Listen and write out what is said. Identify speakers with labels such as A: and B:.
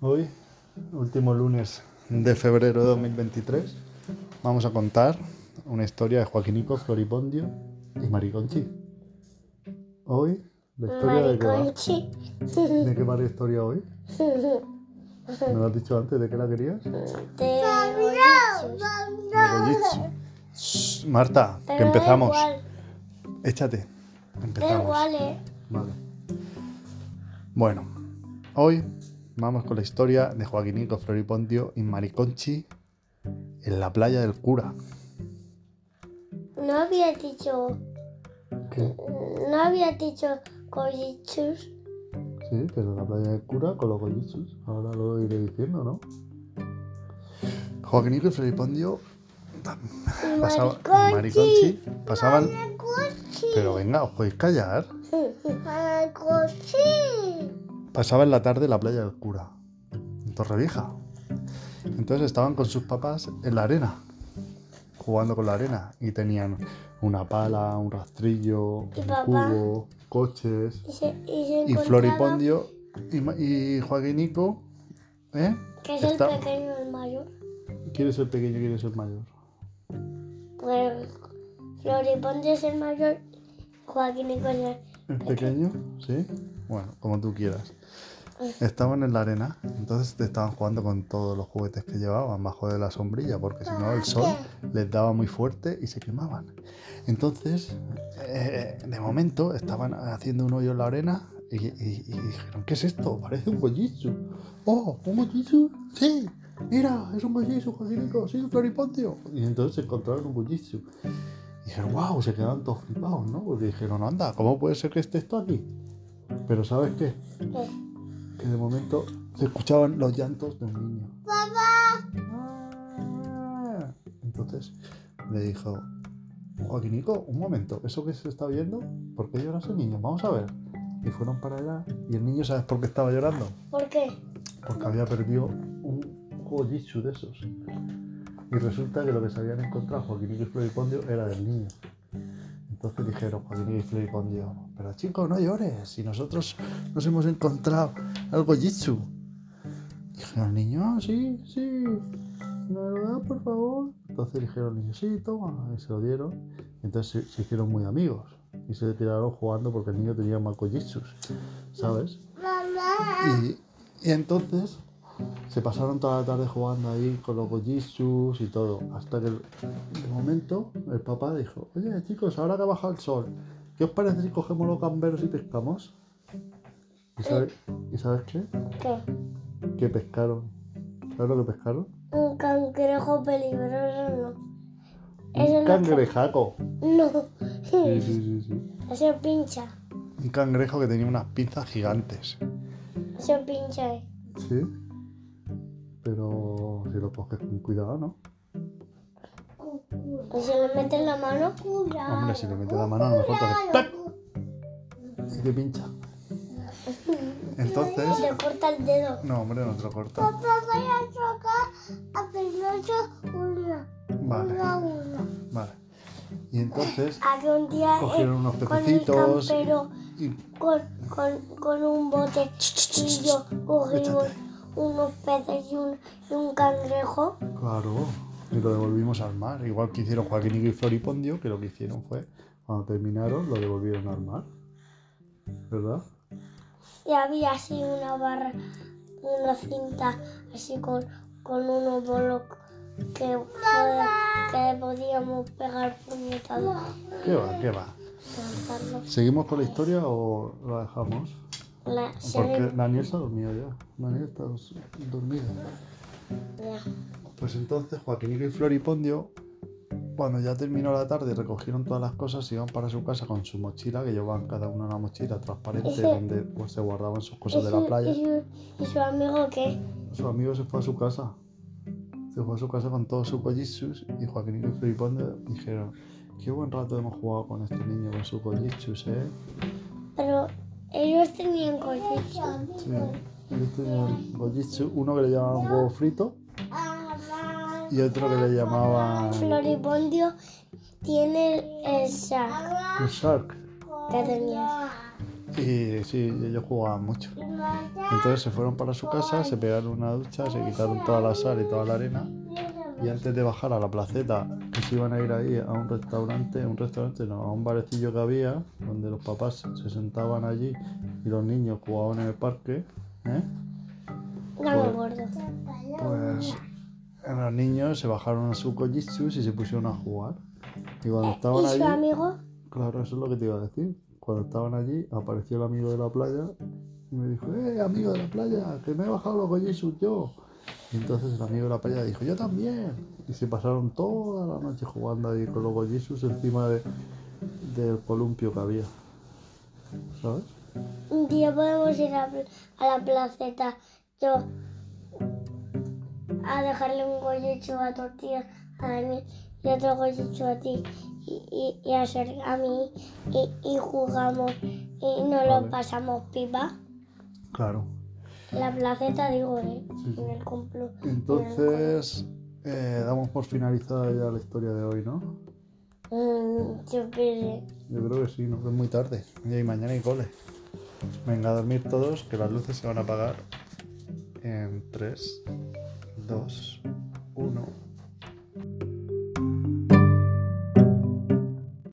A: Hoy, último lunes de febrero de 2023, vamos a contar una historia de Joaquinico, Floripondio y Mariconchi. Hoy, la historia de que va.
B: Mariconchi.
A: ¿De qué va la historia hoy? ¿Me lo has dicho antes de qué la querías? De
B: De bollichos.
A: boliche. Shh, Marta, que
B: Pero da
A: empezamos.
B: igual,
A: Échate.
B: Da
A: Empezamos.
B: igual, eh.
A: Vale. Bueno, hoy vamos con la historia de Joaquinico Floripondio y Mariconchi en la playa del cura.
B: No había dicho. No había dicho bollichos.
A: Sí, pero la playa del cura con los gollichos. Ahora lo iré diciendo, ¿no? Joaquinico y Floripondio pasaban.
B: Mariconchi.
A: Mariconchi pasaban.
B: Mariconchi.
A: Pero venga, os podéis callar.
B: Mariconchi.
A: pasaba en la tarde en la playa del cura, en Torrevieja. Entonces estaban con sus papás en la arena, jugando con la arena, y tenían una pala, un rastrillo, un
B: papá?
A: cubo, coches.
B: Y se, y se
A: Y
B: encontraba
A: Floripondio y, Ma- y Joaquinico, ¿eh?
B: Que es
A: está-
B: el pequeño, el mayor.
A: ¿Quién es el pequeño, quién es el mayor?
B: Pues Floripondio es el mayor. Joaquín y Coña.
A: ¿El pequeño? ¿Sí? Bueno, como tú quieras. Estaban en la arena, entonces te estaban jugando con todos los juguetes que llevaban bajo de la sombrilla, porque si no el sol les daba muy fuerte y se quemaban. Entonces, eh, de momento estaban haciendo un hoyo en la arena y, y- y dijeron, ¿qué es esto? Parece un bollizo. ¡Oh, un bollizo! ¡Sí! Mira, es un bollizo, Joaquínico, sí, un floripondio. Y entonces encontraron un bollizo. Y dijeron, wow, se quedaron todos flipados, ¿no? Porque dijeron, anda, ¿cómo puede ser que esté esto aquí? Pero ¿sabes qué?
B: ¿Qué?
A: Que de momento se escuchaban los llantos de un niño. Ah. ¡Papá! Entonces le dijo, Joaquinico, un momento, ¿eso que se está viendo? ¿Por qué llora ese niño? Vamos a ver. Y fueron para allá y el niño, ¿sabes por qué estaba llorando?
B: ¿Por qué?
A: porque había perdido un jojitsu de esos. Y resulta que lo que se habían encontrado Joaquín y Floripondio era del niño. Entonces dijeron Joaquín y Floripondio, pero chico, no llores, si nosotros nos hemos encontrado al jojitsu. Dijeron el niño, "Ah, sí, sí, la verdad, por favor. Entonces dijeron al niño, sí, toma, y se lo dieron. Entonces se, se hicieron muy amigos y se tiraron jugando porque el niño tenía más jojitsus, ¿sabes? Y, y entonces se pasaron toda la tarde jugando ahí con los gojitsus y todo. Hasta que de momento el papá dijo, oye chicos, ahora que ha bajado el sol, ¿qué os parece si cogemos los gamberos y pescamos? ¿Y sabe- ¿y sabes qué?
B: ¿Qué?
A: Que pescaron. ¿Sabes lo que pescaron?
B: Un cangrejo peligroso no. Eso
A: Un
B: no
A: cangrejaco.
B: No.
A: Sí, sí, sí, sí.
B: Eso pincha.
A: Un cangrejo que tenía unas pinzas gigantes.
B: Eso pincha. eh.
A: Sí. Pero si lo coges con cuidado, ¿no?
B: Y se le mete en la mano.
A: Hombre, si le metes la mano, a lo mejor te hace ¡tac! y te pincha.
B: Y
A: Entonces.
B: le corta el dedo.
A: No, hombre, no te lo corta.
B: voy a chocar a Pinocho una,
A: Vale,
B: una.
A: vale. Y entonces
B: A que un día eh,
A: Cogieron unos
B: con el
A: pececitos.
B: campero,
A: y-
B: con, con, con un bote y yo cogimos
A: Échate.
B: unos peces y un, y un cangrejo.
A: Claro, y lo devolvimos al mar. Igual que hicieron Joaquín y Floripondio, que lo que hicieron fue, cuando terminaron, lo devolvieron al mar. ¿Verdad?
B: Y había así una barra, una cinta así con, con unos bolos que, pod- que le podíamos pegar puñetazos.
A: ¿Qué va? ¿Qué va?
B: lanzarlos.
A: ¿Seguimos con la historia o la dejamos?
B: La- se
A: Porque
B: ve-
A: Daniel se ha dormido ya. Daniel está dos- dormida.
B: ya.
A: Pues entonces Joaquinico y Floripondio, cuando ya terminó la tarde, recogieron todas las cosas y iban para su casa con su mochila, que llevaban cada uno una mochila transparente
B: Ese-
A: donde pues, se guardaban sus cosas de
B: Y
A: la
B: su-
A: playa.
B: Y su, y su amigo que
A: Su amigo se fue a su casa. Se fue a su casa con todos sus collichus y Joaquinico y Floripondio dijeron, qué buen rato hemos jugado con este niño, con sus collichus, ¿eh?
B: Pero ellos tenían corticho.
A: Sí. Ellos tenían gojichu, uno que le llamaban huevo frito y otro que le llamaban
B: Floripondio tiene el sac
A: un shark.
B: que tenía.
A: Y sí, ellos jugaban mucho. Entonces se fueron para su casa, se pegaron una ducha, se quitaron toda la sal y toda la arena. Y antes de bajar a la placeta, que se iban a ir ahí a un restaurante, un restaurante no, a un barecillo que había, donde los papás se sentaban allí y los niños jugaban en el parque, ¿eh?
B: No me acuerdo.
A: pues los niños se bajaron a su kojitsus y se pusieron a jugar. Y cuando estaban
B: ¿Y su
A: allí,
B: amigo?
A: Claro, eso es lo que te iba a decir. Cuando estaban allí, apareció el amigo de la playa y me dijo, ¡eh, amigo de la playa! Que me he bajado los goyisus yo. Y entonces el amigo de la playa dijo, ¡yo también! Y se pasaron toda la noche jugando ahí con los goyisus encima de- del columpio que había. ¿Sabes?
B: Un día podemos ir a, pl- a la placeta. Yo a dejarle un gollicho a tortilla a mí y otro gollicho a ti y, y, y a ser a mí y, y jugamos y nos
A: Vale.
B: lo pasamos pipa.
A: Claro.
B: La placeta digo, ¿eh?
A: Sí, sí.
B: en el complo.
A: Entonces, eh, damos por finalizada ya la historia de hoy, ¿no?
B: Mm, yo qué sé.
A: Yo creo que sí, nos es muy tarde. Y hay mañana y cole. Venga a dormir todos, que las luces se van a apagar en 3, 2,